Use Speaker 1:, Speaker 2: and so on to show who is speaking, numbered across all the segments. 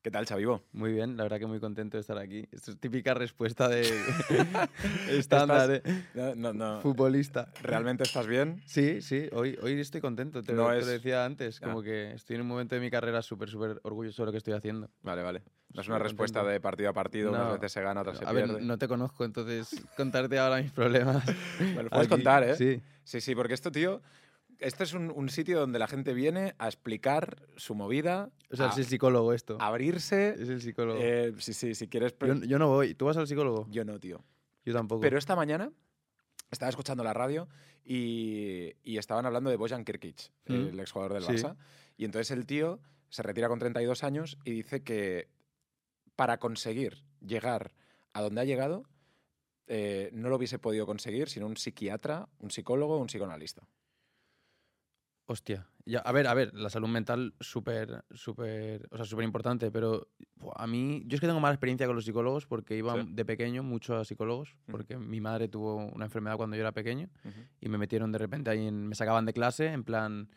Speaker 1: ¿Qué tal, Xavivo?
Speaker 2: Muy bien, la verdad que muy contento de estar aquí. Esto es típica respuesta de estándar, ¿eh?
Speaker 1: No, no, no. eh,
Speaker 2: futbolista.
Speaker 1: ¿Realmente estás bien?
Speaker 2: Sí, sí, hoy, hoy estoy contento, te,
Speaker 1: No
Speaker 2: lo, te
Speaker 1: es-
Speaker 2: lo decía antes,
Speaker 1: Ya.
Speaker 2: como que estoy en un momento de mi carrera súper, súper orgulloso de lo que estoy haciendo.
Speaker 1: Vale, vale. No es
Speaker 2: Súper
Speaker 1: una respuesta
Speaker 2: contento.
Speaker 1: de partido a partido, unas
Speaker 2: No.
Speaker 1: veces se gana, otras se
Speaker 2: a ver,
Speaker 1: pierde.
Speaker 2: no te conozco, entonces contarte ahora mis problemas.
Speaker 1: Me lo puedes
Speaker 2: aquí,
Speaker 1: contar, ¿eh?
Speaker 2: Sí,
Speaker 1: Sí, sí, porque esto, tío, este es un, un sitio donde la gente viene a explicar su movida,
Speaker 2: o sea,
Speaker 1: a
Speaker 2: es el psicólogo esto.
Speaker 1: abrirse.
Speaker 2: Es el psicólogo.
Speaker 1: Ah. eh, sí, sí, si quieres...
Speaker 2: yo,
Speaker 1: pero- Yo,
Speaker 2: yo no voy, tú vas al psicólogo.
Speaker 1: no, tío.
Speaker 2: Yo tampoco.
Speaker 1: Pero esta mañana estaba escuchando la radio y, y estaban hablando de Bojan Kirkic,
Speaker 2: Mm.
Speaker 1: el exjugador del
Speaker 2: Sí.
Speaker 1: Barça. Y entonces el tío se retira con 32 años y dice que para conseguir llegar a donde ha llegado, eh, no lo hubiese podido conseguir sin un psiquiatra, un psicólogo, un psicoanalista.
Speaker 2: Hostia. Ya, a ver, a ver, la salud mental súper, súper, o sea, súper importante, pero buah, a mí, yo es que tengo mala experiencia con los psicólogos porque iba
Speaker 1: Sí.
Speaker 2: de pequeño mucho a psicólogos,
Speaker 1: Ujú.
Speaker 2: porque mi madre tuvo una enfermedad cuando yo era pequeño y me metieron de repente ahí, en- me sacaban de clase, en plan,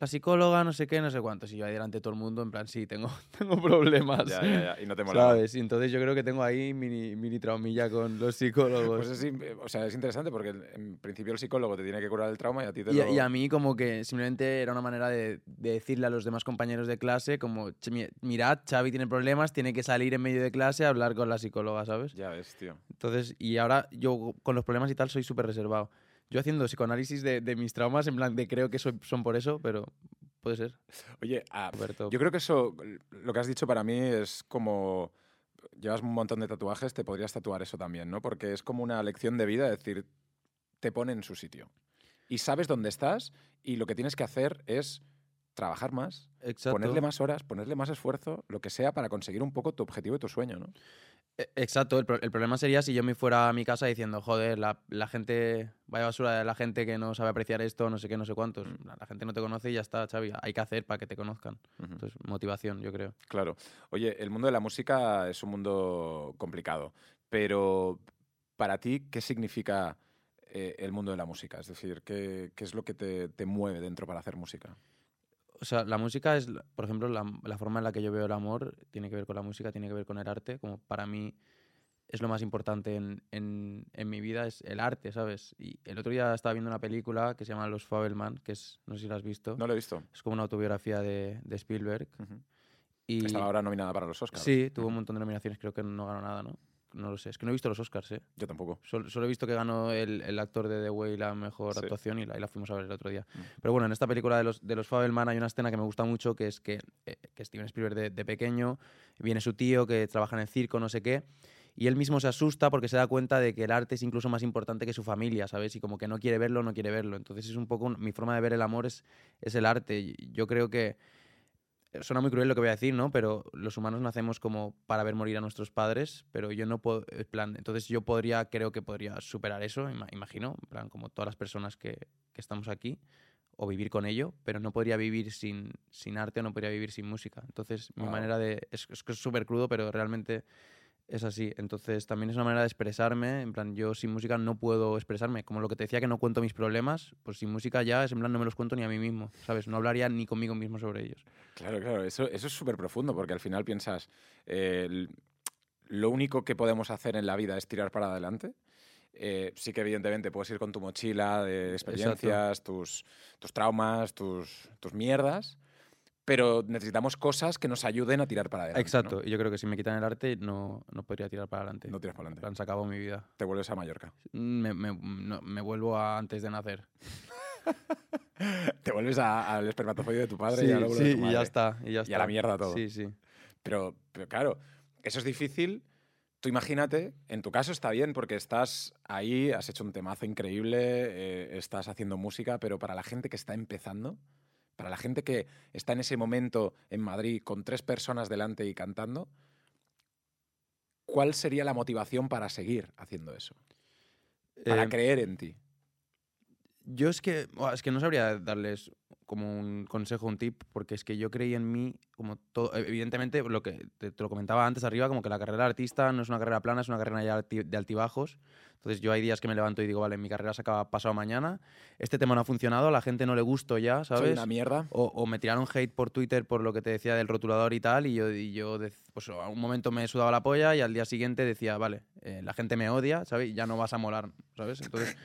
Speaker 2: la psicóloga, no sé qué, no sé cuántos, y yo ahí delante de todo el mundo, en plan, sí, tengo, tengo problemas.
Speaker 1: Ya, ya, ya. Y no te molaba.
Speaker 2: ¿Sabes? Y entonces yo creo que tengo ahí mini, mini traumilla con los psicólogos.
Speaker 1: Pues es, im- o sea, es interesante porque en principio el psicólogo te tiene que curar el trauma y a ti te
Speaker 2: Y,
Speaker 1: lo...
Speaker 2: y a mí como que simplemente era una manera de, de decirle a los demás compañeros de clase como, "Che, mi- mirad, Xavi tiene problemas, tiene que salir en medio de clase a hablar con la psicóloga, ¿sabes?
Speaker 1: Ya ves, tío.
Speaker 2: Entonces, y ahora yo con los problemas y tal soy súper reservado. Yo haciendo psicoanálisis de, de mis traumas, en plan de creo que soy- son por eso, pero puede ser,
Speaker 1: Oye, ah,
Speaker 2: Roberto.
Speaker 1: Yo creo que eso, lo que has dicho para mí es como... Llevas un montón de tatuajes, te podrías tatuar eso también, ¿no? Porque es como una lección de vida, es decir, te pone en su sitio. Y sabes dónde estás y lo que tienes que hacer es trabajar más,
Speaker 2: Exacto.
Speaker 1: ponerle más horas, ponerle más esfuerzo, lo que sea para conseguir un poco tu objetivo y tu sueño, ¿no?
Speaker 2: E- Exacto, el, pro- el problema sería si yo me fuera a mi casa diciendo, joder, la, la gente, vaya basura de la gente que no sabe apreciar esto, no sé qué, no sé cuántos.
Speaker 1: Mm.
Speaker 2: La, la gente no te conoce y ya está, Xavi, hay que hacer para que te conozcan. Entonces, motivación, yo creo.
Speaker 1: Claro. Oye, el mundo de la música es un mundo complicado, pero para ti, ¿qué significa eh, el mundo de la música? Es decir, ¿qué, qué es lo que te, te mueve dentro para hacer música?
Speaker 2: O sea, la música es, la- por ejemplo, la, la forma en la que yo veo el amor tiene que ver con la música, tiene que ver con el arte, como para mí es lo más importante en, en- en mi vida, es el arte, ¿sabes? Y el otro día estaba viendo una película que se llama Los Fabelman, que es, no sé si la has visto,
Speaker 1: No lo he visto.
Speaker 2: es como una autobiografía de, de Spielberg. Y
Speaker 1: Estaba ahora nominada para los Oscars.
Speaker 2: Sí, tuvo un montón de nominaciones, creo que no ganó nada, ¿no? No lo sé, es que no he visto los Oscars, ¿eh?
Speaker 1: Yo tampoco.
Speaker 2: Sol- Solo, he visto que ganó el, el actor de The Way la mejor
Speaker 1: Sí.
Speaker 2: actuación y la, y la fuimos a ver el otro día.
Speaker 1: Mm.
Speaker 2: Pero bueno, en esta película de los, de los Fabelman hay una escena que me gusta mucho, que es que, eh, que Steven Spielberg de, de pequeño, viene su tío que trabaja en el circo, no sé qué, y él mismo se asusta porque se da cuenta de que el arte es incluso más importante que su familia, ¿sabes? Y como que no quiere verlo, no quiere verlo. Entonces es un poco un- mi forma de ver el amor es, es el arte. Y Yo creo que... Suena muy cruel lo que voy a decir, ¿no? Pero los humanos nacemos como para ver morir a nuestros padres, pero yo no puedo, en plan, entonces yo podría, creo que podría superar eso, ima- imagino, en plan, como todas las personas que, que estamos aquí, o vivir con ello, pero no podría vivir sin, sin arte o no podría vivir sin música. Entonces, mi
Speaker 1: Wao.
Speaker 2: manera de... Es es que es súper crudo, pero realmente es así. Entonces, también es una manera de expresarme, en plan, yo sin música no puedo expresarme. Como lo que te decía que no cuento mis problemas, pues sin música ya es en plan, no me los cuento ni a mí mismo, ¿sabes? No hablaría ni conmigo mismo sobre ellos.
Speaker 1: Claro, claro. Eso, eso es súper profundo porque al final piensas, eh, l- lo único que podemos hacer en la vida es tirar para adelante. Eh, sí que evidentemente puedes ir con tu mochila de experiencias, tus, tus traumas, tus, tus mierdas, pero necesitamos cosas que nos ayuden a tirar para adelante. ¿no?
Speaker 2: Exacto, y yo creo que si me quitan el arte no, no podría tirar para adelante.
Speaker 1: No tiras para
Speaker 2: En
Speaker 1: adelante.
Speaker 2: plan, se acabó mi vida.
Speaker 1: Te vuelves a Mallorca.
Speaker 2: Me, me- no, me vuelvo a antes de nacer.
Speaker 1: Te vuelves a- al espermatozoide de tu padre y
Speaker 2: sí,
Speaker 1: al óvulo
Speaker 2: sí,
Speaker 1: de tu
Speaker 2: y ya
Speaker 1: madre.
Speaker 2: está. Y, ya
Speaker 1: Y a la
Speaker 2: está.
Speaker 1: mierda todo.
Speaker 2: Sí, sí.
Speaker 1: Pero, pero claro, eso es difícil. Tú imagínate, en tu caso está bien porque estás ahí, has hecho un temazo increíble, eh, estás haciendo música, pero para la gente que está empezando, para la gente que está en ese momento en Madrid con tres personas delante y cantando, ¿cuál sería la motivación para seguir haciendo eso? Para
Speaker 2: Eh,
Speaker 1: creer en ti.
Speaker 2: Yo es que, buah, es que no sabría darles como un consejo, un tip, porque es que yo creí en mí como todo, e- evidentemente lo que te, te lo comentaba antes arriba, como que la carrera de artista no es una carrera plana, es una carrera ya alti- de altibajos. Entonces yo hay días que me levanto y digo, vale, mi carrera se acaba pasado mañana, este tema no ha funcionado, a la gente no le gusto ya, ¿sabes?
Speaker 1: Soy una mierda.
Speaker 2: O, o me tiraron hate por Twitter por lo que te decía del rotulador y tal, y yo, y yo de- pues a un momento me sudaba la polla y al día siguiente decía, vale, eh, la gente me odia, ¿sabes? Y ya no vas a molar, ¿sabes? Entonces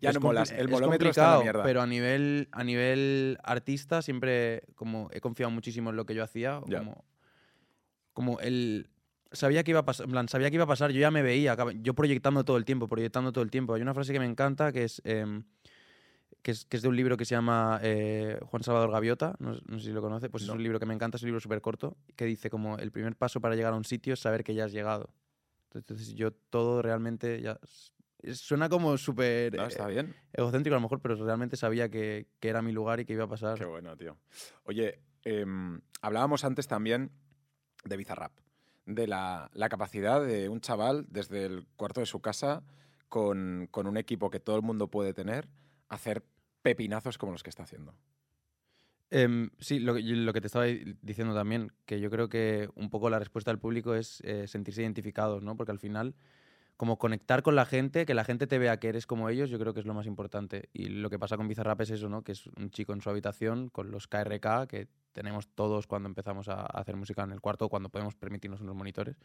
Speaker 1: Ya
Speaker 2: es
Speaker 1: no
Speaker 2: compli-
Speaker 1: molas. El
Speaker 2: es
Speaker 1: molómetro está en la
Speaker 2: complicado,
Speaker 1: mierda.
Speaker 2: Pero a nivel, a nivel artista siempre como he confiado muchísimo en lo que yo hacía.
Speaker 1: Ya.
Speaker 2: Como, como el... Sabía que, iba a pasar, en plan, sabía que iba a pasar, yo ya me veía, acaba- yo proyectando todo el tiempo, proyectando todo el tiempo. Hay una frase que me encanta que es, em, que es, que es de un libro que se llama eh, Juan Salvador Gaviota, no, no sé si lo conoce, pues
Speaker 1: No.
Speaker 2: es un libro que me encanta, es un libro súper corto, que dice como el primer paso para llegar a un sitio es saber que ya has llegado. Entonces yo todo realmente ya... s- Suena como súper...
Speaker 1: No,
Speaker 2: eh,
Speaker 1: está bien.
Speaker 2: egocéntrico a lo mejor, pero realmente sabía que, que era mi lugar y que iba a pasar.
Speaker 1: Qué bueno, tío. Oye, em, hablábamos antes también de Bizarrap, de la, la capacidad de un chaval desde el cuarto de su casa, con, con un equipo que todo el mundo puede tener, hacer pepinazos como los que está haciendo.
Speaker 2: Em, sí, lo, que- lo que te estaba di- diciendo también, que yo creo que un poco la respuesta del público es eh, sentirse identificados, ¿no? Porque al final, como conectar con la gente, que la gente te vea que eres como ellos, yo creo que es lo más importante. Y lo que pasa con Bizarrap es eso, ¿no? Que es un chico en su habitación con los KRK que tenemos todos cuando empezamos a a hacer música en el cuarto, cuando podemos permitirnos unos monitores,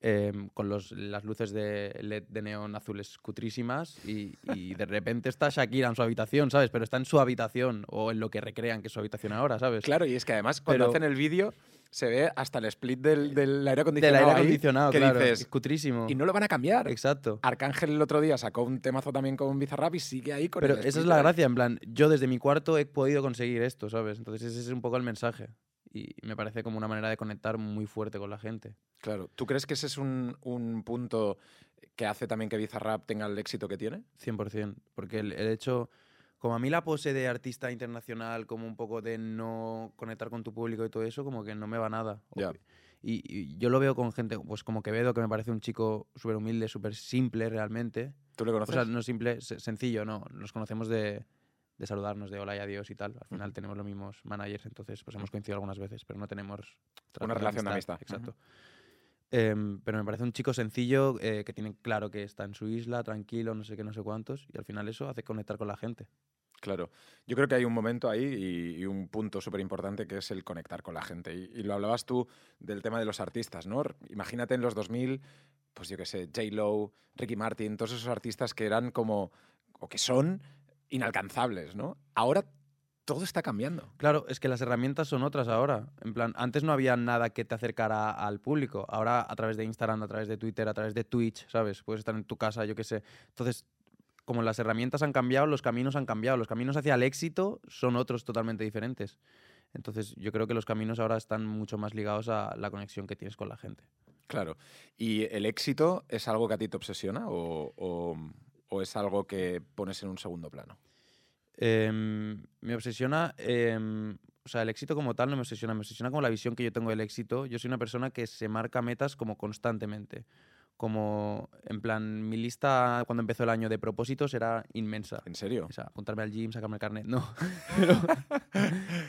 Speaker 2: em, con los, las luces de LED de neón azules cutrísimas y, y de repente está Shakira en su habitación, ¿sabes? Pero está en su habitación o en lo que recrean que es su habitación ahora, ¿sabes?
Speaker 1: Claro, y es que además cuando
Speaker 2: Pero- Eh,
Speaker 1: hacen el vídeo se ve hasta el split del, del aire
Speaker 2: Del
Speaker 1: acondicionado.
Speaker 2: aire
Speaker 1: ahí,
Speaker 2: acondicionado,
Speaker 1: que
Speaker 2: claro.
Speaker 1: dices,
Speaker 2: es cutrísimo.
Speaker 1: y no lo van a cambiar.
Speaker 2: Exacto.
Speaker 1: Arcángel el otro día sacó un temazo también con Bizarrap y sigue ahí con
Speaker 2: Pero
Speaker 1: el
Speaker 2: esa es
Speaker 1: split
Speaker 2: la
Speaker 1: del-
Speaker 2: gracia, en plan, yo desde mi cuarto he podido conseguir esto, ¿sabes? Entonces ese es un poco el mensaje. Y me parece como una manera de conectar muy fuerte con la gente.
Speaker 1: Claro. ¿Tú crees que ese es un, un punto que hace también que Bizarrap tenga el éxito que tiene?
Speaker 2: 100%, porque el, el hecho, como a mí la pose de artista internacional, como un poco de no conectar con tu público y todo eso, como que no me va nada. O-
Speaker 1: Ya.
Speaker 2: Y, y yo lo veo con gente, pues como Quevedo, que me parece un chico súper humilde, súper simple realmente.
Speaker 1: ¿Tú le
Speaker 2: O
Speaker 1: conoces?
Speaker 2: sea, no simple, se- sencillo, no. Nos conocemos de, de saludarnos, de hola y adiós y tal. Al final tenemos los mismos managers, entonces pues hemos coincidido algunas veces, pero no tenemos... trato
Speaker 1: Una relación de amistad,
Speaker 2: Exacto. Em, pero me parece un chico sencillo eh, que tiene claro que está en su isla, tranquilo, no sé qué, no sé cuántos, y al final eso hace conectar con la gente.
Speaker 1: Claro. Yo creo que hay un momento ahí y, y un punto súper importante que es el conectar con la gente. Y, y lo hablabas tú del tema de los artistas, ¿no? R- Imagínate en los 2000, pues yo qué sé, J. Lowe, Ricky Martin, todos esos artistas que eran como, o que son inalcanzables, ¿no? Ahora todo está cambiando.
Speaker 2: Claro, es que las herramientas son otras ahora. En plan, antes no había nada que te acercara al público. Ahora a través de Instagram, a través de Twitter, a través de Twitch, ¿sabes? Puedes estar en tu casa, yo qué sé. Entonces, como las herramientas han cambiado, los caminos han cambiado. Los caminos hacia el éxito son otros totalmente diferentes. Entonces, yo creo que los caminos ahora están mucho más ligados a la conexión que tienes con la gente.
Speaker 1: Claro. ¿Y el éxito es algo que a ti te obsesiona o, o- mm, o es algo que pones en un segundo plano?
Speaker 2: Em, me obsesiona, em, o sea, el éxito como tal no me obsesiona, me obsesiona como la visión que yo tengo del éxito. Yo soy una persona que se marca metas como constantemente. Como, en plan, mi lista cuando empezó el año de propósitos era inmensa.
Speaker 1: ¿En serio?
Speaker 2: O sea, apuntarme al gym, sacarme el carnet. No.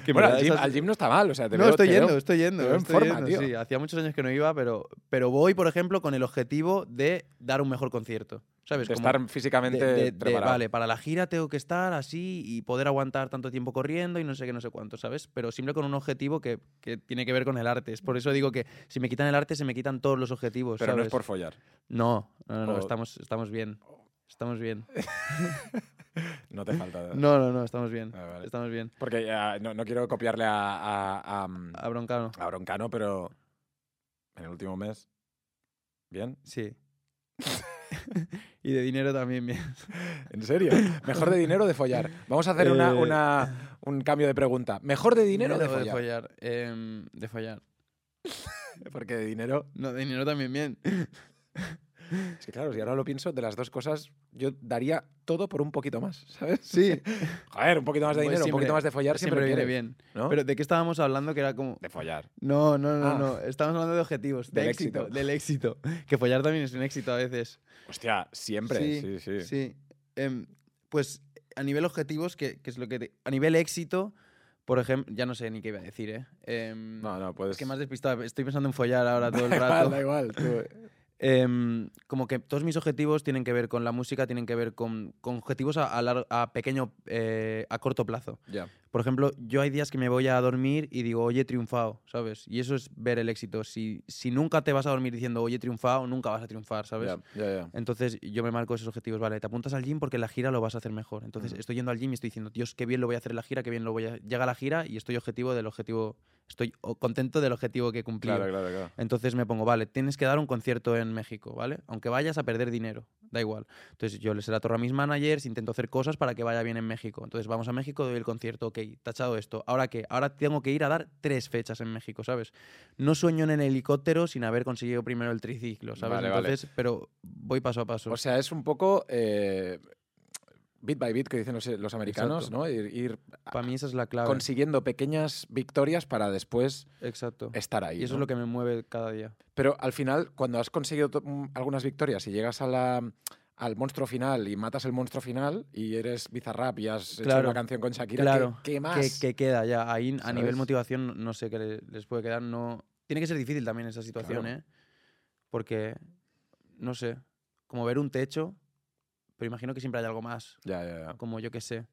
Speaker 2: Que en
Speaker 1: Bueno, al
Speaker 2: verdad
Speaker 1: gym,
Speaker 2: esas-
Speaker 1: al gym no está mal, o sea, te
Speaker 2: no,
Speaker 1: veo-
Speaker 2: estoy
Speaker 1: te veo-
Speaker 2: yendo, estoy yendo.
Speaker 1: veo en
Speaker 2: estoy
Speaker 1: forma,
Speaker 2: yendo,
Speaker 1: tío.
Speaker 2: sí. hacía muchos años que no iba, pero, pero voy, por ejemplo, con el objetivo de dar un mejor concierto. ¿Sabes?
Speaker 1: de
Speaker 2: Como-
Speaker 1: estar físicamente
Speaker 2: de- de- de,
Speaker 1: preparado.
Speaker 2: vale, para la gira tengo que estar así y poder aguantar tanto tiempo corriendo y no sé qué, no sé cuánto, ¿sabes? Pero siempre con un objetivo que, que tiene que ver con el arte. Es por eso digo que si me quitan el arte, se me quitan todos los objetivos,
Speaker 1: Pero no es
Speaker 2: pues, ¿sabes?
Speaker 1: por Oh. follar.
Speaker 2: No, no, no,
Speaker 1: O-
Speaker 2: estamos, estamos bien. Estamos bien.
Speaker 1: Ah. No te falta.
Speaker 2: No, no, no, estamos bien.
Speaker 1: Ah, vale.
Speaker 2: Estamos bien.
Speaker 1: Porque ah, no, no quiero copiarle a, a, a, mm,
Speaker 2: A Broncano.
Speaker 1: a Broncano, pero en el último mes. Bien.
Speaker 2: Sí. y de dinero también bien.
Speaker 1: ¿En serio? Mejor de dinero o de follar. Vamos a hacer una,
Speaker 2: Eh.
Speaker 1: una- un cambio de pregunta. ¿Mejor de dinero o de
Speaker 2: de
Speaker 1: follar?
Speaker 2: follar. Em, de follar.
Speaker 1: Porque de dinero.
Speaker 2: No, de dinero también bien.
Speaker 1: Es que claro, si ahora lo pienso, de las dos cosas, yo daría todo por un poquito más, ¿sabes?
Speaker 2: Sí.
Speaker 1: Joder, un poquito más de
Speaker 2: Pues
Speaker 1: dinero, un
Speaker 2: siempre-
Speaker 1: poquito más de follar, siempre,
Speaker 2: Siempre viene
Speaker 1: quieres,
Speaker 2: bien.
Speaker 1: ¿no?
Speaker 2: Pero ¿de qué estábamos hablando? Que era como...
Speaker 1: De follar.
Speaker 2: No, no, no,
Speaker 1: Ah.
Speaker 2: no. Estamos hablando de objetivos, de
Speaker 1: Del
Speaker 2: éxito,
Speaker 1: éxito.
Speaker 2: del éxito. Que follar también es un éxito a veces.
Speaker 1: Hostia, siempre.
Speaker 2: Sí,
Speaker 1: Sí, sí.
Speaker 2: Sí. Em, pues a nivel objetivos, que, que es lo que te- a nivel éxito, por ejemplo, ya no sé ni qué iba a decir, ¿eh? Em,
Speaker 1: No, no, puedes.
Speaker 2: Es que más despistado, estoy pensando en follar ahora todo el
Speaker 1: Da igual,
Speaker 2: rato.
Speaker 1: da igual. tú-
Speaker 2: Em, como que todos mis objetivos tienen que ver con la música, tienen que ver con, con objetivos a, a lar- a pequeño, eh, a corto plazo.
Speaker 1: Ya.
Speaker 2: Por ejemplo, yo hay días que me voy a dormir y digo, oye, he triunfado, ¿sabes? Y eso es ver el éxito. Si, si nunca te vas a dormir diciendo, oye, he triunfado, nunca vas a triunfar, ¿sabes?
Speaker 1: Ya, ya, ya.
Speaker 2: Entonces yo me marco esos objetivos, vale, te apuntas al gym porque en la gira lo vas a hacer mejor. Entonces
Speaker 1: Ujú.
Speaker 2: estoy yendo al gym y estoy diciendo, Dios, qué bien lo voy a hacer en la gira, qué bien lo voy a... Llega la gira y estoy objetivo del objetivo, estoy o- contento del objetivo que he cumplido.
Speaker 1: Claro, claro, claro.
Speaker 2: Entonces me pongo, vale, tienes que dar un concierto en México, ¿vale? Aunque vayas a perder dinero, da igual. Entonces yo les la torre a mis managers, intento hacer cosas para que vaya bien en México. Entonces vamos a México, doy el concierto, ok, tachado esto. ¿Ahora qué? Ahora tengo que ir a dar tres fechas en México, ¿sabes? No sueño en el helicóptero sin haber conseguido primero el triciclo, ¿sabes?
Speaker 1: Vale, vale.
Speaker 2: Entonces, pero voy paso a paso.
Speaker 1: O sea, es un poco eh, bit by bit que dicen los, los americanos,
Speaker 2: Exacto.
Speaker 1: ¿no? Ir, ir
Speaker 2: Para mí esa es la clave.
Speaker 1: consiguiendo pequeñas victorias para después
Speaker 2: Exacto.
Speaker 1: estar ahí.
Speaker 2: Y eso
Speaker 1: ¿no?
Speaker 2: es lo que me mueve cada día.
Speaker 1: Pero al final, cuando has conseguido to- mm, algunas victorias y llegas a la- al monstruo final y matas el monstruo final y eres bizarrap y has hecho
Speaker 2: Claro,
Speaker 1: una canción con Shakira,
Speaker 2: claro,
Speaker 1: ¿qué, qué más?
Speaker 2: que, que queda ya. Ahí a nivel
Speaker 1: ¿Sabes?
Speaker 2: motivación no- no sé qué le- les puede quedar. No... Tiene que ser difícil también esa situación,
Speaker 1: Claro.
Speaker 2: ¿eh? Porque, no sé, como ver un techo, pero imagino que siempre hay algo más.
Speaker 1: Ya, ya, ya.
Speaker 2: Como yo qué sé,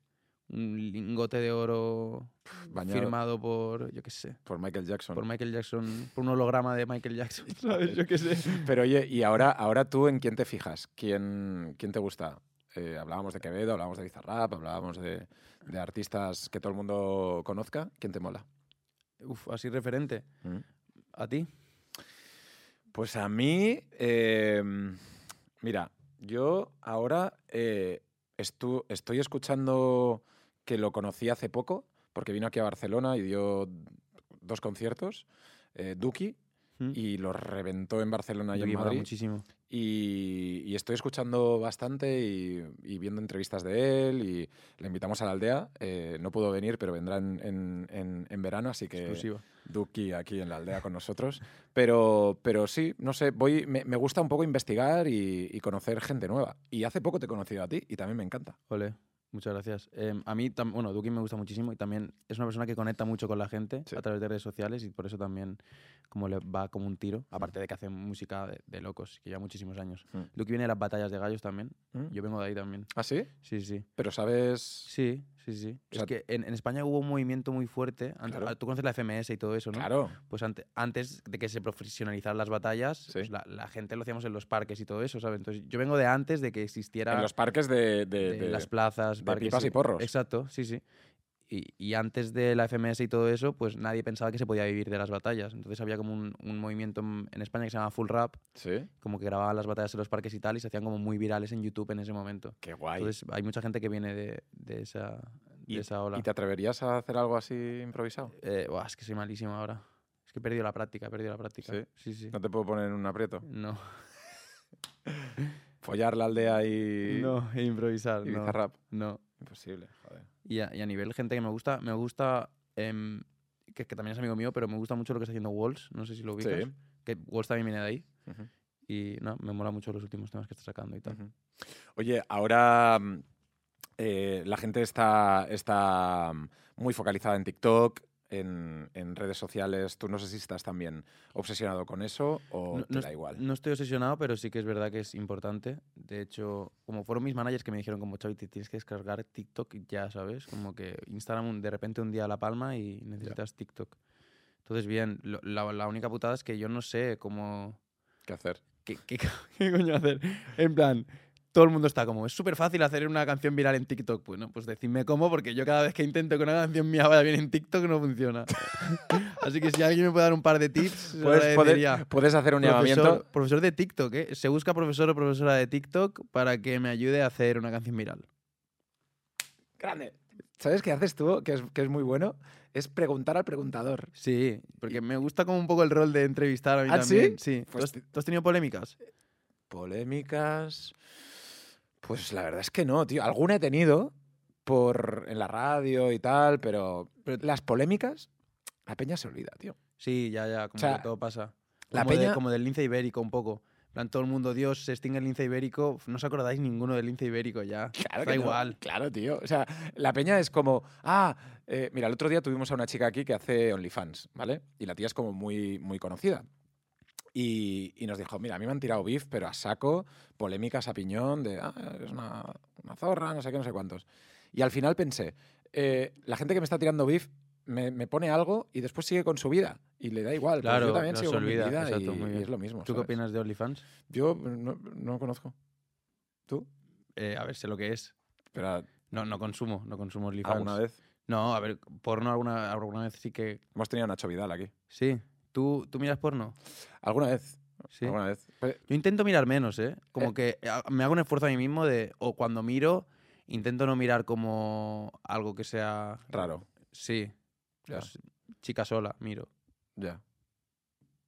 Speaker 2: un lingote de oro
Speaker 1: Bañado
Speaker 2: firmado por, yo qué sé,
Speaker 1: por Michael Jackson.
Speaker 2: por Michael Jackson, por un holograma de Michael Jackson, ¿sabes? Yo qué sé.
Speaker 1: Pero oye, ¿y ahora, ahora tú en quién te fijas? ¿Quién, quién te gusta? Eh, hablábamos de Quevedo, hablábamos de Bizarrap, hablábamos de, de artistas que todo el mundo conozca. ¿Quién te mola?
Speaker 2: Uf, así referente.
Speaker 1: Mm.
Speaker 2: ¿A ti?
Speaker 1: Pues a mí, eh, mira, yo ahora eh, estu- estoy escuchando que lo conocí hace poco, porque vino aquí a Barcelona y dio dos conciertos, eh, Duki,
Speaker 2: ¿Mm?
Speaker 1: y lo reventó en Barcelona y
Speaker 2: Yo
Speaker 1: en
Speaker 2: que mola
Speaker 1: Madrid.
Speaker 2: muchísimo.
Speaker 1: Y, y estoy escuchando bastante y, y viendo entrevistas de él y le invitamos a la aldea. Eh, no pudo venir, pero vendrá en, en- en- en verano, así que
Speaker 2: Exclusiva.
Speaker 1: Duki aquí en la aldea con nosotros. Pero, pero sí, no sé, voy, me, me gusta un poco investigar y, y conocer gente nueva. Y hace poco te he conocido a ti y también me encanta.
Speaker 2: Ole, muchas gracias. Em, a mí, tam- bueno, Duki me gusta muchísimo y también es una persona que conecta mucho con la gente
Speaker 1: Sí.
Speaker 2: a través de redes sociales y por eso también como le va como un tiro, aparte de que hace música de, de locos, que lleva muchísimos años.
Speaker 1: Mm.
Speaker 2: Duki viene de las batallas de gallos también,
Speaker 1: ¿Mm?
Speaker 2: yo vengo de ahí también.
Speaker 1: ¿Ah, sí?
Speaker 2: Sí, sí,
Speaker 1: Pero sabes...
Speaker 2: sí, sí, sí.
Speaker 1: O sea,
Speaker 2: es que en, en España hubo un movimiento muy fuerte, ante-
Speaker 1: Claro.
Speaker 2: ah, tú conoces la FMS y todo eso, ¿no?
Speaker 1: Claro,
Speaker 2: Pues ante- antes de que se profesionalizaran las batallas,
Speaker 1: Sí.
Speaker 2: pues la, la gente lo hacíamos en los parques y todo eso, ¿sabes? Entonces yo vengo de antes de que existiera
Speaker 1: en los parques de... de-
Speaker 2: de
Speaker 1: de-
Speaker 2: las plazas,
Speaker 1: de
Speaker 2: parques
Speaker 1: pipas y porros.
Speaker 2: Exacto, sí, sí. Y, y antes de la FMS y todo eso, pues nadie pensaba que se podía vivir de las batallas. Entonces había como un, un movimiento en, en España que se llamaba Full Rap,
Speaker 1: Sí,
Speaker 2: como que grababan las batallas en los parques y tal, y se hacían como muy virales en YouTube en ese momento.
Speaker 1: qué guay.
Speaker 2: Entonces hay mucha gente que viene de, de esa, de esa ola.
Speaker 1: ¿Y te atreverías a hacer algo así improvisado?
Speaker 2: Eh, buah, es que soy malísimo ahora. Es que he perdido la práctica, he perdido la práctica.
Speaker 1: ¿Sí?
Speaker 2: sí. sí.
Speaker 1: No te puedo poner en un aprieto.
Speaker 2: No,
Speaker 1: Follar la aldea y,
Speaker 2: no, improvisar,
Speaker 1: y
Speaker 2: no,
Speaker 1: Bizarrap.
Speaker 2: no.
Speaker 1: Imposible, joder.
Speaker 2: Y a, y a nivel gente que me gusta, me gusta, em, que, que también es amigo mío, pero me gusta mucho lo que está haciendo Walls, no sé si lo ubicas,
Speaker 1: Sí.
Speaker 2: que Walls también viene de ahí.
Speaker 1: Ujú,
Speaker 2: Y no, me mola mucho los últimos temas que está sacando y tal.
Speaker 1: ujú. Oye, ahora mm, eh, la gente está, está mm, muy focalizada en TikTok, en, en redes sociales. Tú no sé si estás también obsesionado con eso o
Speaker 2: No-
Speaker 1: Oh, te
Speaker 2: no
Speaker 1: da
Speaker 2: es-
Speaker 1: igual.
Speaker 2: No estoy obsesionado, pero sí que es verdad que es importante. De hecho, como fueron mis managers que me dijeron como, Xavi, te tienes que descargar TikTok ya, ¿sabes? Como que Instagram un- de repente un día la palma y necesitas TikTok. Entonces, bien, lo- la, la única putada es que yo no sé cómo...
Speaker 1: ¿Qué hacer?
Speaker 2: ¿qué, qué co- qué coño hacer? En plan, todo el mundo está como, es súper fácil hacer una canción viral en TikTok. Bueno, pues decidme cómo, porque yo cada vez que intento que una canción mía vaya bien en TikTok no funciona. Así que si alguien me puede dar un par de tips, se lo
Speaker 1: Puedes, puedes-
Speaker 2: agradecería.
Speaker 1: puedes hacer un
Speaker 2: Profesor,
Speaker 1: llamamiento.
Speaker 2: profesor de TikTok, ¿eh? Se busca profesor o profesora de TikTok para que me ayude a hacer una canción viral.
Speaker 1: Grande. ¿Sabes qué haces tú? Que es, que es muy bueno. Es preguntar al preguntador.
Speaker 2: Sí, porque me gusta como un poco el rol de entrevistar a mí
Speaker 1: ¿Ah, sí?
Speaker 2: también. Sí, ¿Tú
Speaker 1: Pues
Speaker 2: has-
Speaker 1: te-
Speaker 2: ¿Tú has tenido polémicas?
Speaker 1: Polémicas. Pues la verdad es que no, tío. Alguna he tenido por en la radio y tal, pero, las polémicas, la peña se olvida, tío.
Speaker 2: Sí, ya, ya, como
Speaker 1: O sea,
Speaker 2: que todo pasa.
Speaker 1: la
Speaker 2: como, de-
Speaker 1: peña-
Speaker 2: como del lince ibérico un poco. En plan, todo el mundo, Dios, se extingue el lince ibérico. F- No os acordáis ninguno del lince ibérico ya.
Speaker 1: Claro
Speaker 2: Da
Speaker 1: que no.
Speaker 2: igual.
Speaker 1: Claro, tío. O sea, la peña es como, ah, eh, mira, el otro día tuvimos a una chica aquí que hace OnlyFans, ¿vale? Y la tía es como muy, muy conocida. Y, y nos dijo, mira, a mí me han tirado beef, pero a saco, polémicas a piñón, de, ah, es una, una zorra, no sé qué, no sé cuántos. Y al final pensé, eh, la gente que me está tirando beef me, me pone algo y después sigue con su vida. Y le da igual. pues
Speaker 2: Claro,
Speaker 1: yo también
Speaker 2: no
Speaker 1: sigo
Speaker 2: se
Speaker 1: con mi
Speaker 2: olvida,
Speaker 1: vida
Speaker 2: exacto,
Speaker 1: y,
Speaker 2: muy
Speaker 1: y
Speaker 2: bien.
Speaker 1: es lo mismo.
Speaker 2: ¿Tú qué
Speaker 1: ¿sabes?
Speaker 2: opinas de OnlyFans?
Speaker 1: Yo no, no conozco. ¿Tú?
Speaker 2: Eh, a ver, sé lo que es.
Speaker 1: Pero
Speaker 2: No, no consumo, no consumo OnlyFans.
Speaker 1: alguna vez
Speaker 2: No, a ver, porno alguna, alguna vez sí que...
Speaker 1: hemos tenido a Nacho Vidal aquí.
Speaker 2: Sí. ¿Tú, tú miras porno?
Speaker 1: ¿Alguna vez?
Speaker 2: Sí.
Speaker 1: ¿Alguna vez? Pues,
Speaker 2: Yo intento mirar menos, ¿eh? Como
Speaker 1: Eh.
Speaker 2: que eh, a- me hago un esfuerzo a mí mismo de... O cuando miro, intento no mirar como algo que sea...
Speaker 1: raro,
Speaker 2: Sí.
Speaker 1: Ya.
Speaker 2: Pues, chica sola, miro.
Speaker 1: ya.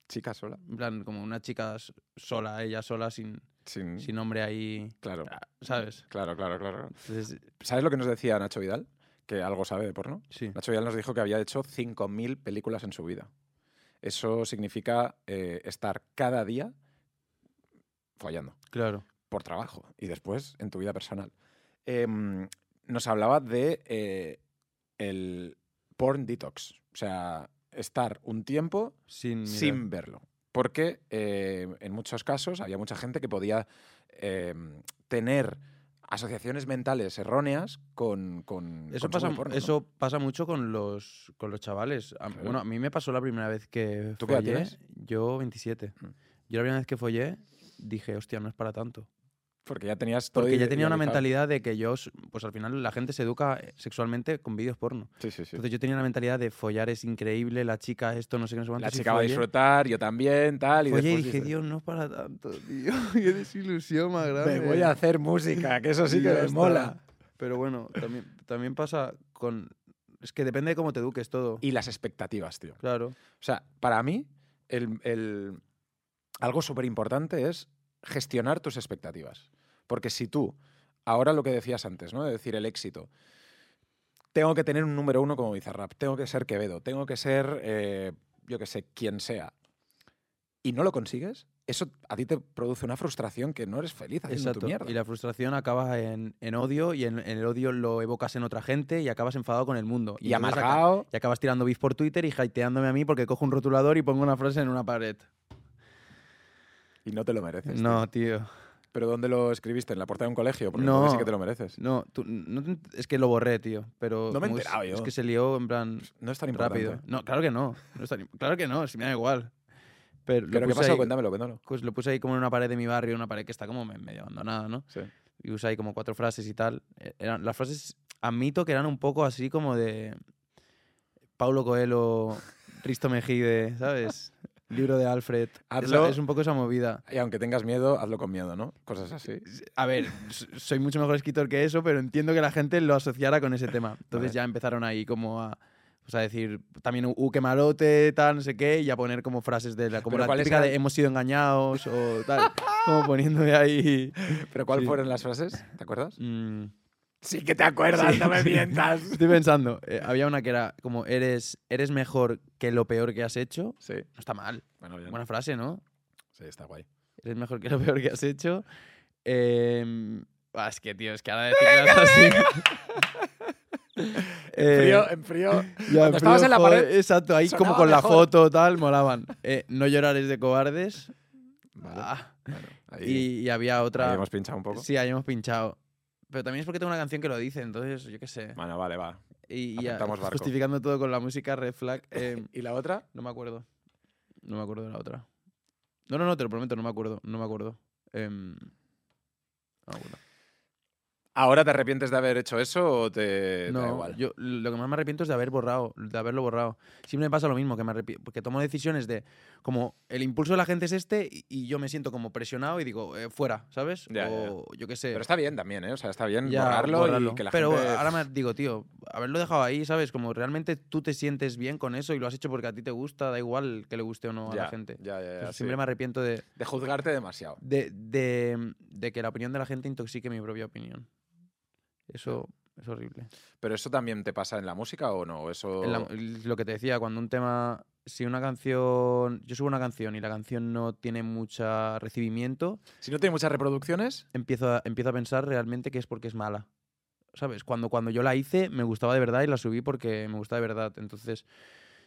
Speaker 1: Chica sola.
Speaker 2: En plan, como una chica s- sola, ella sola, sin,
Speaker 1: Sin...
Speaker 2: sin nombre ahí,
Speaker 1: Claro,
Speaker 2: ah, ¿sabes?
Speaker 1: claro, claro, claro.
Speaker 2: Entonces,
Speaker 1: ¿Sabes lo que nos decía Nacho Vidal? Que algo sabe de porno.
Speaker 2: sí.
Speaker 1: Nacho Vidal nos dijo que había hecho 5.000 películas en su vida. Eso significa eh, estar cada día follando.
Speaker 2: Claro.
Speaker 1: por trabajo y después en tu vida personal. Em, nos hablaba de eh, el porn detox, o sea, estar un tiempo
Speaker 2: Sin, mirar.
Speaker 1: sin verlo, porque eh, en muchos casos había mucha gente que podía em, tener asociaciones mentales erróneas con, con consumo
Speaker 2: Eso pasa,
Speaker 1: de porno, ¿no?
Speaker 2: eso pasa mucho con los, con los chavales. A-
Speaker 1: Claro.
Speaker 2: Bueno, a mí me pasó la primera vez que
Speaker 1: ¿Tú qué edad
Speaker 2: follé.
Speaker 1: tienes?
Speaker 2: Yo 27.
Speaker 1: Mm.
Speaker 2: Yo la primera vez que follé dije, hostia, no es para tanto.
Speaker 1: porque ya tenías todo
Speaker 2: Porque ya tenía una
Speaker 1: idealizado.
Speaker 2: mentalidad de que yo, s- pues al final la gente se educa eh, sexualmente con vídeos porno.
Speaker 1: Sí, sí, sí.
Speaker 2: Entonces yo tenía la mentalidad de follar es increíble, la chica esto, no sé qué, no sé cuánto.
Speaker 1: La
Speaker 2: sí,
Speaker 1: chica va a
Speaker 2: follé.
Speaker 1: disfrutar, yo también, tal. Y
Speaker 2: Follé y
Speaker 1: después
Speaker 2: dije,
Speaker 1: dices,
Speaker 2: Dios, no es para tanto, tío. Qué desilusión más grande.
Speaker 1: me voy a hacer música, que eso sí
Speaker 2: Y
Speaker 1: que
Speaker 2: ya
Speaker 1: me
Speaker 2: está.
Speaker 1: mola.
Speaker 2: Pero bueno, también, también pasa con... Es que depende de cómo te eduques todo.
Speaker 1: Y las expectativas, tío.
Speaker 2: Claro.
Speaker 1: O sea, para mí, el, el- algo súper importante es gestionar tus expectativas. Porque si tú, ahora lo que decías antes, ¿no? De decir el éxito. Tengo que tener un número uno como Bizarrap, tengo que ser Quevedo, tengo que ser, eh, yo que sé, quien sea. Y no lo consigues, eso a ti te produce una frustración que no eres feliz haciendo tu
Speaker 2: Exacto.
Speaker 1: mierda.
Speaker 2: Y la frustración acabas en, en odio y en, en el odio lo evocas en otra gente y acabas enfadado con el mundo.
Speaker 1: Y
Speaker 2: entonces aca-
Speaker 1: amargado,
Speaker 2: y acabas tirando beef por Twitter y hateándome a mí porque cojo un rotulador y pongo una frase en una pared.
Speaker 1: y no te lo mereces. tío.
Speaker 2: No, tío.
Speaker 1: ¿Pero dónde lo escribiste? ¿En la puerta de un colegio? Porque
Speaker 2: No.
Speaker 1: entonces sí que te lo mereces.
Speaker 2: No, tú- no te- es que lo borré, tío. Pero
Speaker 1: No me he
Speaker 2: como es-
Speaker 1: enterado yo.
Speaker 2: Es que se lió en plan
Speaker 1: No es tan importante.
Speaker 2: rápido. No, claro que no. no es tan im- claro que no, si me da igual. Pero, lo
Speaker 1: ¿Pero qué
Speaker 2: puse
Speaker 1: pasó?
Speaker 2: ahí-
Speaker 1: Cuéntamelo, cuéntamelo.
Speaker 2: Pues lo puse ahí como en una pared de mi barrio, una pared que está como me- medio abandonada, ¿no?
Speaker 1: Sí.
Speaker 2: y usé ahí como cuatro frases y tal. Eh, Eran, las frases, admito que eran un poco así como de Paulo Coelho, Risto Mejide, ¿sabes? Libro de Alfred. Es, la-
Speaker 1: Hazlo-
Speaker 2: es un poco esa movida.
Speaker 1: Y aunque tengas miedo, hazlo con miedo, ¿no? Cosas así.
Speaker 2: A ver, s- soy mucho mejor escritor que eso, pero entiendo que la gente lo asociara con ese tema. Entonces
Speaker 1: Vale.
Speaker 2: ya empezaron ahí como a, pues a decir también, uh, qué malote, tal, no sé qué, y a poner como frases de la, como
Speaker 1: Pero
Speaker 2: la
Speaker 1: ¿cuáles
Speaker 2: típica de
Speaker 1: eran?
Speaker 2: hemos sido engañados o tal. como poniéndome ahí.
Speaker 1: ¿Pero cuáles
Speaker 2: Sí.
Speaker 1: fueron las frases? ¿Te acuerdas?
Speaker 2: mm,
Speaker 1: Sí que te acuerdas,
Speaker 2: Sí, no me sí.
Speaker 1: mientas.
Speaker 2: Estoy pensando, eh, había una que era como eres, eres mejor que lo peor que has hecho.
Speaker 1: Sí,
Speaker 2: No está mal.
Speaker 1: bueno, bien.
Speaker 2: Buena frase, ¿no?
Speaker 1: Sí, está guay.
Speaker 2: Eres mejor que lo peor que has hecho. Em, ah, es que, tío, es que ahora decirlas así. Eh,
Speaker 1: Frío, en frío.
Speaker 2: ya,
Speaker 1: cuando estabas en la
Speaker 2: joder,
Speaker 1: pared,
Speaker 2: Exacto, ahí como
Speaker 1: sonaba
Speaker 2: con la
Speaker 1: mejor.
Speaker 2: foto, tal, molaban. Eh, no llorares de cobardes.
Speaker 1: Vale,
Speaker 2: Ah,
Speaker 1: bueno, ahí,
Speaker 2: y, y había
Speaker 1: ahí
Speaker 2: otra.
Speaker 1: hemos pinchado un poco.
Speaker 2: Sí, ahí hemos pinchado. Pero también es porque tengo una canción que lo dice, entonces yo qué sé.
Speaker 1: Bueno, vale, va.
Speaker 2: Y, y ya,
Speaker 1: aceptamos barco.
Speaker 2: justificando todo con la música, red flag. em,
Speaker 1: ¿Y la otra?
Speaker 2: No me acuerdo. No me acuerdo de la otra. No, no, no, te lo prometo, no me acuerdo. No me acuerdo. Em, no me acuerdo.
Speaker 1: ¿Ahora te arrepientes de haber hecho eso o te Eh, da
Speaker 2: No,
Speaker 1: igual?
Speaker 2: yo lo que más me arrepiento es de haber borrado, de haberlo borrado. Siempre me pasa lo mismo, que me arrepiento, porque tomo decisiones de, como, el impulso de la gente es este y, y yo me siento como presionado y digo, eh, fuera, ¿sabes?
Speaker 1: Ya, ya,
Speaker 2: o yo qué sé.
Speaker 1: Pero está bien también, ¿eh? O sea, está bien
Speaker 2: ya,
Speaker 1: borrarlo,
Speaker 2: borrarlo.
Speaker 1: y que la
Speaker 2: Pero
Speaker 1: gente...
Speaker 2: ahora me digo, tío, haberlo dejado ahí, ¿sabes? Como realmente tú te sientes bien con eso y lo has hecho porque a ti te gusta, da igual que le guste o no
Speaker 1: Ya,
Speaker 2: a la gente.
Speaker 1: Ya, ya, ya,
Speaker 2: Entonces,
Speaker 1: sí.
Speaker 2: Siempre me arrepiento de...
Speaker 1: De juzgarte demasiado.
Speaker 2: de, de- de que la opinión de la gente intoxique mi propia opinión. Eso es horrible.
Speaker 1: ¿Pero eso también te pasa en la música o no? Eso...
Speaker 2: En la- lo que te decía, cuando un tema, si una canción, yo subo una canción y la canción no tiene mucho recibimiento,
Speaker 1: Si no tiene muchas reproducciones,
Speaker 2: empiezo a, empiezo a pensar realmente que es porque es mala. ¿Sabes? Cuando, cuando yo la hice, me gustaba de verdad y la subí porque me gustaba de verdad. Entonces,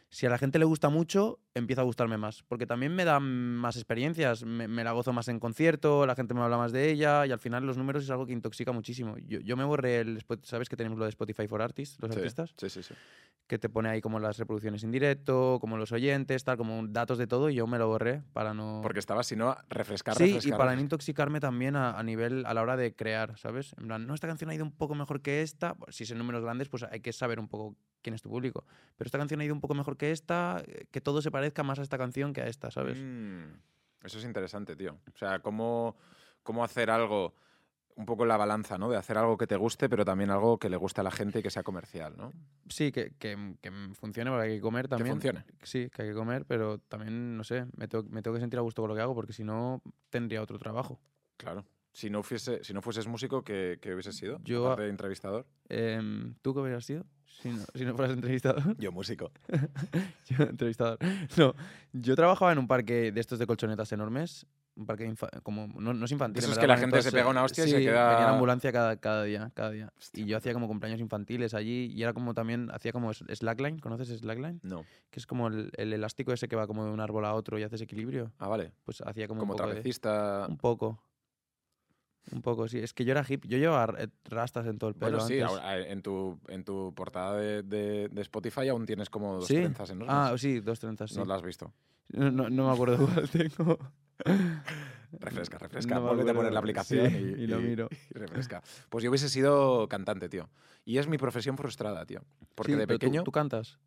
Speaker 2: si a la gente le gusta mucho, empieza a gustarme más. Porque también me dan más experiencias, me, me, la gozo más en concierto, la gente me habla más de ella y al final los números es algo que intoxica muchísimo. Yo, yo me borré el. ¿Sabes que tenemos lo de Spotify for Artists, los
Speaker 1: Sí,
Speaker 2: artistas?
Speaker 1: Sí, sí, sí.
Speaker 2: Que te pone ahí como las reproducciones en directo, como los oyentes, tal, como datos de todo y yo me lo borré para no.
Speaker 1: Porque estaba, si no, refrescar,
Speaker 2: Sí, y
Speaker 1: refrescar,
Speaker 2: para no intoxicarme también a, a nivel, a la hora de crear, ¿sabes? En plan, no, esta canción ha ido un poco mejor que esta. Bueno, si son números grandes, pues hay que saber un poco quién es tu público. Pero esta canción ha ido un poco mejor que esta, eh, que todo se parezca más a esta canción que a esta, ¿sabes?
Speaker 1: Mm, eso es interesante, tío. O sea, cómo, cómo hacer algo, un poco la balanza, ¿no? De hacer algo que te guste, pero también algo que le guste a la gente y que sea comercial, ¿no?
Speaker 2: Sí, que, que- que m- funcione, porque hay que comer
Speaker 1: Que
Speaker 2: también.
Speaker 1: funcione.
Speaker 2: Sí, que hay que comer, pero también, no sé, me tengo, me tengo que sentir a gusto con lo que hago, porque si no, tendría otro trabajo.
Speaker 1: Claro. Si no, fuese, si no fueses músico, ¿qué, qué hubieses sido?
Speaker 2: Yo-
Speaker 1: Aparte de entrevistador.
Speaker 2: Em, ¿Tú qué hubieras sido? Si no, si no fueras entrevistador.
Speaker 1: Yo músico.
Speaker 2: Yo, entrevistador. No, yo trabajaba en un parque de estos de colchonetas enormes. Un parque infa- como no, no es infantil.
Speaker 1: Eso
Speaker 2: en
Speaker 1: es
Speaker 2: verdad,
Speaker 1: que la
Speaker 2: porque
Speaker 1: gente se
Speaker 2: entonces,
Speaker 1: pega una
Speaker 2: eh,
Speaker 1: hostia y se
Speaker 2: sí,
Speaker 1: queda-
Speaker 2: Venía la ambulancia cada, cada día, cada día.
Speaker 1: Hostia
Speaker 2: y yo hacía como cumpleaños infantiles allí y era como también, hacía como s- slackline. ¿Conoces slackline?
Speaker 1: No.
Speaker 2: Que es como el, el elástico ese que va como de un árbol a otro y haces equilibrio.
Speaker 1: Ah, vale.
Speaker 2: Pues hacía como,
Speaker 1: Como
Speaker 2: un poco de-
Speaker 1: trapecista.
Speaker 2: Un poco. Un poco, sí. Es que yo era hip. Yo llevaba eh, rastas en todo el pelo
Speaker 1: Bueno, sí,
Speaker 2: antes.
Speaker 1: ahora, eh, en, tu, en tu portada de, de- de Spotify aún tienes como dos
Speaker 2: ¿Sí?
Speaker 1: trenzas enormes.
Speaker 2: Ah, sí, dos trenzas, sí.
Speaker 1: No las has visto.
Speaker 2: No, no- no me acuerdo cuál tengo.
Speaker 1: Refresca, refresca.
Speaker 2: No me
Speaker 1: Vuelve a
Speaker 2: acuerdo.
Speaker 1: poner la aplicación
Speaker 2: Sí,
Speaker 1: y,
Speaker 2: y lo
Speaker 1: y-
Speaker 2: miro.
Speaker 1: y refresca. Pues yo hubiese sido cantante, tío. Y es mi profesión frustrada, tío. Porque
Speaker 2: Sí,
Speaker 1: de
Speaker 2: pero tú-
Speaker 1: pequeño,
Speaker 2: Tú, cantas.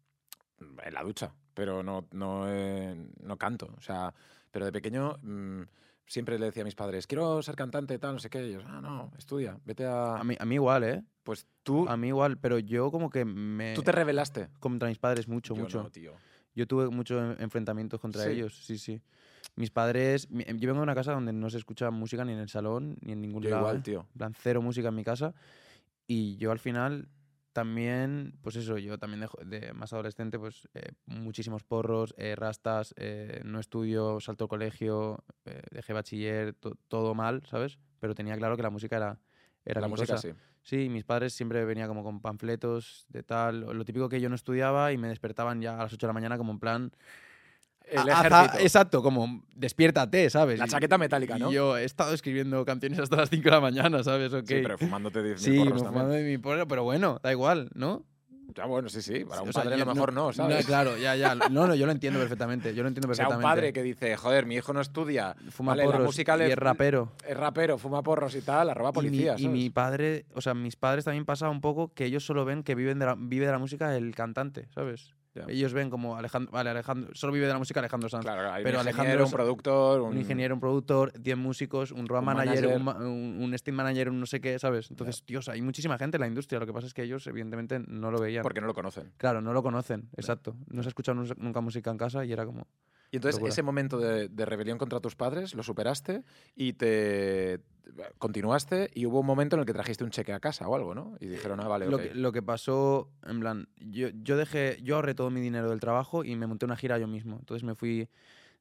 Speaker 1: en la ducha, pero no, no, eh, no canto. O sea, pero de pequeño mm, siempre le decía a mis padres, quiero ser cantante, tal, no sé qué. Y ellos, ah, no, estudia, vete a.
Speaker 2: A mí, a mí igual, ¿eh?
Speaker 1: Pues tú,
Speaker 2: A mí igual, pero yo como que me...
Speaker 1: tú te rebelaste.
Speaker 2: Contra mis padres mucho,
Speaker 1: Yo
Speaker 2: mucho.
Speaker 1: no, tío.
Speaker 2: Yo tuve muchos en- enfrentamientos contra
Speaker 1: Sí.
Speaker 2: ellos, sí, sí. Mis padres... mi- Yo vengo de una casa donde no se escucha música ni en el salón, ni en ningún
Speaker 1: Yo
Speaker 2: lado.
Speaker 1: igual,
Speaker 2: ¿eh?
Speaker 1: tío.
Speaker 2: En plan, cero música en mi casa. Y yo al final también, pues eso, yo también de, jo- de más adolescente, pues eh, muchísimos porros, eh, rastas, eh, no estudio, salto al colegio, eh, dejé bachiller, to- todo mal, ¿sabes? Pero tenía claro que la música era... era
Speaker 1: la
Speaker 2: mi
Speaker 1: música
Speaker 2: cosa.
Speaker 1: sí.
Speaker 2: Sí, mis padres siempre venía como con panfletos de tal, o lo típico que yo no estudiaba y me despertaban ya a las 8 de la mañana como en plan...
Speaker 1: El
Speaker 2: "Ah, haz-
Speaker 1: ejército.
Speaker 2: exacto, como despiértate, ¿sabes?
Speaker 1: La
Speaker 2: Y-
Speaker 1: chaqueta metálica,
Speaker 2: y
Speaker 1: ¿no?
Speaker 2: yo he estado escribiendo canciones hasta las 5 de la mañana, ¿sabes? Ok.
Speaker 1: Sí, pero fumándote 10.000
Speaker 2: Sí, pues,
Speaker 1: porros
Speaker 2: me
Speaker 1: también.
Speaker 2: fumaba mi porro, pero bueno, da igual, ¿no?
Speaker 1: Ya, bueno, sí, sí. Para un
Speaker 2: O sea,
Speaker 1: padre a
Speaker 2: yo
Speaker 1: lo mejor no, ¿sabes?
Speaker 2: claro, ya, ya. No, no, yo lo entiendo perfectamente. Yo lo entiendo
Speaker 1: O sea, un
Speaker 2: perfectamente.
Speaker 1: padre que dice, joder, mi hijo no estudia,
Speaker 2: fuma
Speaker 1: vale, la
Speaker 2: porros
Speaker 1: música
Speaker 2: y
Speaker 1: le-
Speaker 2: es rapero.
Speaker 1: es rapero, fuma porros y tal, arroba
Speaker 2: Y mi-
Speaker 1: policía.
Speaker 2: Y mi, padre, o sea, mis padres también pasa un poco que ellos solo ven que viven de la, vive de la música el cantante, ¿sabes?
Speaker 1: Ya.
Speaker 2: Ellos ven como Alejandro, vale, Alejandro, solo vive de la música Alejandro Sanz.
Speaker 1: Claro, hay
Speaker 2: Pero
Speaker 1: un
Speaker 2: Alejandro
Speaker 1: ingeniero, un
Speaker 2: es-
Speaker 1: productor, un,
Speaker 2: Un ingeniero, un productor, 10 músicos, un road
Speaker 1: Un
Speaker 2: manager,
Speaker 1: manager.
Speaker 2: un ma- un, un stage manager, un no sé qué, ¿sabes? Entonces, Dios, hay muchísima gente en la industria. Lo que pasa es que ellos, evidentemente, no lo veían.
Speaker 1: Porque no lo conocen.
Speaker 2: Claro, no lo conocen, exacto. No se ha escuchado nus- nunca música en casa y era como.
Speaker 1: Y entonces
Speaker 2: Locura.
Speaker 1: ese momento de, de rebelión contra tus padres lo superaste y te continuaste y hubo un momento en el que trajiste un cheque a casa o algo, ¿no? Y dijeron, ah, vale,
Speaker 2: Lo,
Speaker 1: ok.
Speaker 2: que, lo que pasó, en plan, yo, yo dejé, yo ahorré todo mi dinero del trabajo y me monté una gira yo mismo. Entonces me fui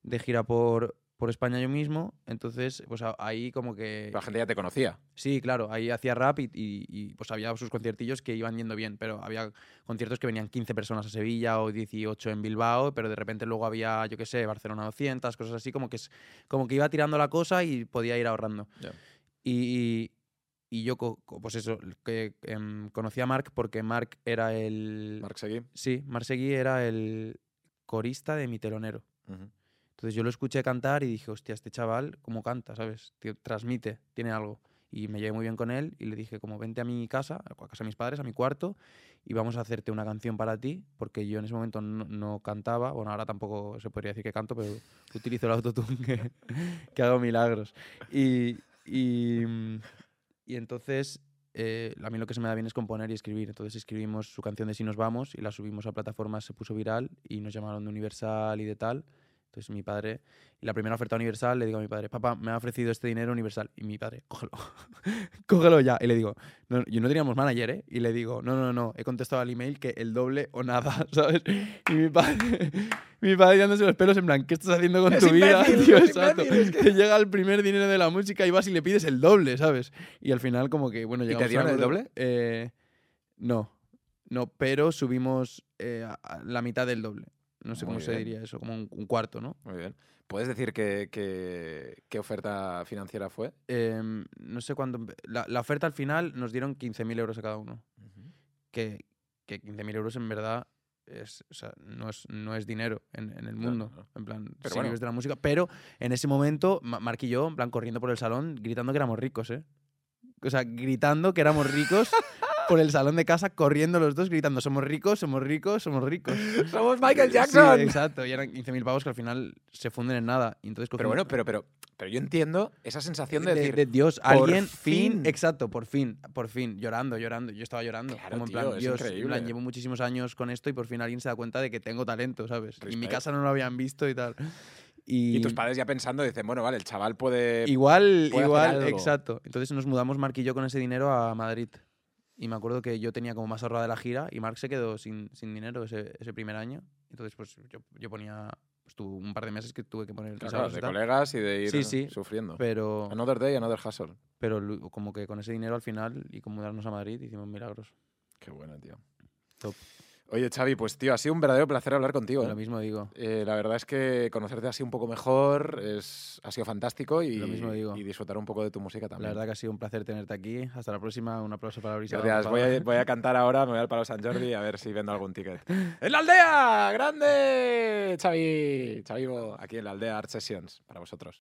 Speaker 2: de gira por, por España yo mismo. Entonces, pues a- ahí como que.
Speaker 1: La gente ya te conocía.
Speaker 2: Sí, claro, ahí hacía rap y, y- y, pues había sus conciertillos que iban yendo bien, pero había conciertos que venían 15 personas a Sevilla o 18 en Bilbao, pero de repente luego había, yo qué sé, Barcelona 200, cosas así, como que, es- como que iba tirando la cosa y podía ir ahorrando.
Speaker 1: Ya.
Speaker 2: Y, y, y yo, co- co- pues eso, que em, conocí a Marc porque Marc era el...
Speaker 1: Marc Seguí.
Speaker 2: Sí, Marc Seguí era el corista de Mi Telonero.
Speaker 1: Ujú.
Speaker 2: Entonces yo lo escuché cantar y dije, hostia, este chaval, ¿cómo canta? ¿Sabes? Tío, transmite, tiene algo. Y me llevé muy bien con él y le dije, como vente a mi casa, a la casa de mis padres, a mi cuarto, y vamos a hacerte una canción para ti, porque yo en ese momento no, no cantaba, bueno, ahora tampoco se podría decir que canto, pero utilizo el autotune que, que hago milagros. Y, y, mm, y entonces eh, a mí lo que se me da bien es componer y escribir. Entonces escribimos su canción de Si nos vamos y la subimos a plataformas, se puso viral y nos llamaron de Universal y de tal. Entonces mi padre, y la primera oferta Universal, le digo a mi padre, papá, me ha ofrecido este dinero Universal. Y mi padre, cógelo, cógelo ya. Y le digo, no, yo no teníamos manager, ¿eh? Y le digo, no, no, no, he contestado al email que el doble o nada, ¿sabes? Y mi padre, mi padre dándose los pelos en plan, ¿qué estás haciendo con
Speaker 1: Es
Speaker 2: tu vida?
Speaker 1: imbécil,
Speaker 2: tío?
Speaker 1: es
Speaker 2: Exacto.
Speaker 1: imbécil, es que-
Speaker 2: Te llega el primer dinero de la música y vas y le pides el doble, ¿sabes? Y al final como que, bueno,
Speaker 1: te
Speaker 2: llegamos a un
Speaker 1: dieron el
Speaker 2: acuerdo.
Speaker 1: doble?
Speaker 2: Eh, no, no, pero subimos eh, a- a la mitad del doble. No sé
Speaker 1: Muy
Speaker 2: cómo se
Speaker 1: bien.
Speaker 2: diría eso, como un, un cuarto, ¿no?
Speaker 1: Muy bien. ¿Puedes decir qué, qué- qué oferta financiera fue?
Speaker 2: Em, no sé cuánto. empe- La, la oferta al final nos dieron 15.000 euros a cada uno. Que, que 15.000 euros en verdad es, o sea, no, es, no es dinero en, en el
Speaker 1: Claro,
Speaker 2: mundo.
Speaker 1: claro.
Speaker 2: En plan,
Speaker 1: Pero
Speaker 2: si
Speaker 1: bueno.
Speaker 2: vives de la música. Pero en ese momento, Ma- Marc y yo, en plan, corriendo por el salón, gritando que éramos ricos, ¿eh? O sea, gritando que éramos ricos por el salón de casa, corriendo los dos, gritando: somos ricos, somos ricos, somos ricos.
Speaker 1: ¡Somos Michael
Speaker 2: Sí,
Speaker 1: Jackson!
Speaker 2: exacto, y eran 15.000 pavos que al final se funden en nada. Y entonces
Speaker 1: pero
Speaker 2: cogimos-
Speaker 1: bueno, pero, pero, pero yo entiendo esa sensación de,
Speaker 2: de,
Speaker 1: decir.
Speaker 2: de Dios,
Speaker 1: "Por
Speaker 2: alguien, fin,
Speaker 1: fin".
Speaker 2: exacto, por fin, por fin, llorando, llorando. Yo estaba llorando.
Speaker 1: Claro,
Speaker 2: como en
Speaker 1: tío,
Speaker 2: plan,
Speaker 1: es
Speaker 2: Dios, en
Speaker 1: increíble.
Speaker 2: plan, llevo muchísimos años con esto y por fin alguien se da cuenta de que tengo talento, ¿sabes? Y en mi
Speaker 1: Respect.
Speaker 2: casa no lo habían visto y tal. Y,
Speaker 1: y tus padres ya pensando dicen, bueno, vale, el chaval puede.
Speaker 2: Igual,
Speaker 1: puede hacer
Speaker 2: igual,
Speaker 1: algo.
Speaker 2: exacto. Entonces nos mudamos Mark y yo con ese dinero a Madrid. Y me acuerdo que yo tenía como más ahorrada de la gira y Mark se quedó sin, sin dinero ese, ese primer año. Entonces, pues yo, yo ponía, pues tuve un par de meses que tuve que poner mis
Speaker 1: Claro,
Speaker 2: ahorros y
Speaker 1: de
Speaker 2: tal.
Speaker 1: colegas y de ir
Speaker 2: Sí, sí.
Speaker 1: sufriendo.
Speaker 2: Pero,
Speaker 1: Another day, another hustle.
Speaker 2: pero lu- como que con ese dinero al final y con mudarnos a Madrid hicimos milagros.
Speaker 1: Qué bueno, tío.
Speaker 2: Top.
Speaker 1: Oye, Xavi, pues tío, ha sido un verdadero placer hablar contigo.
Speaker 2: Lo
Speaker 1: ¿eh?
Speaker 2: mismo digo.
Speaker 1: Eh, la verdad es que conocerte así un poco mejor es, ha sido fantástico y,
Speaker 2: Lo mismo digo.
Speaker 1: y disfrutar un poco de tu música también.
Speaker 2: La verdad que ha sido un placer tenerte aquí. Hasta la próxima. Un aplauso para Brisa.
Speaker 1: Gracias. Voy a,
Speaker 2: Rampada.
Speaker 1: voy a cantar ahora, me voy al Palo San Jordi a ver si vendo algún ticket. ¡En la aldea! ¡Grande! Xavi, Xavivo, aquí en la aldea Art Sessions, para vosotros.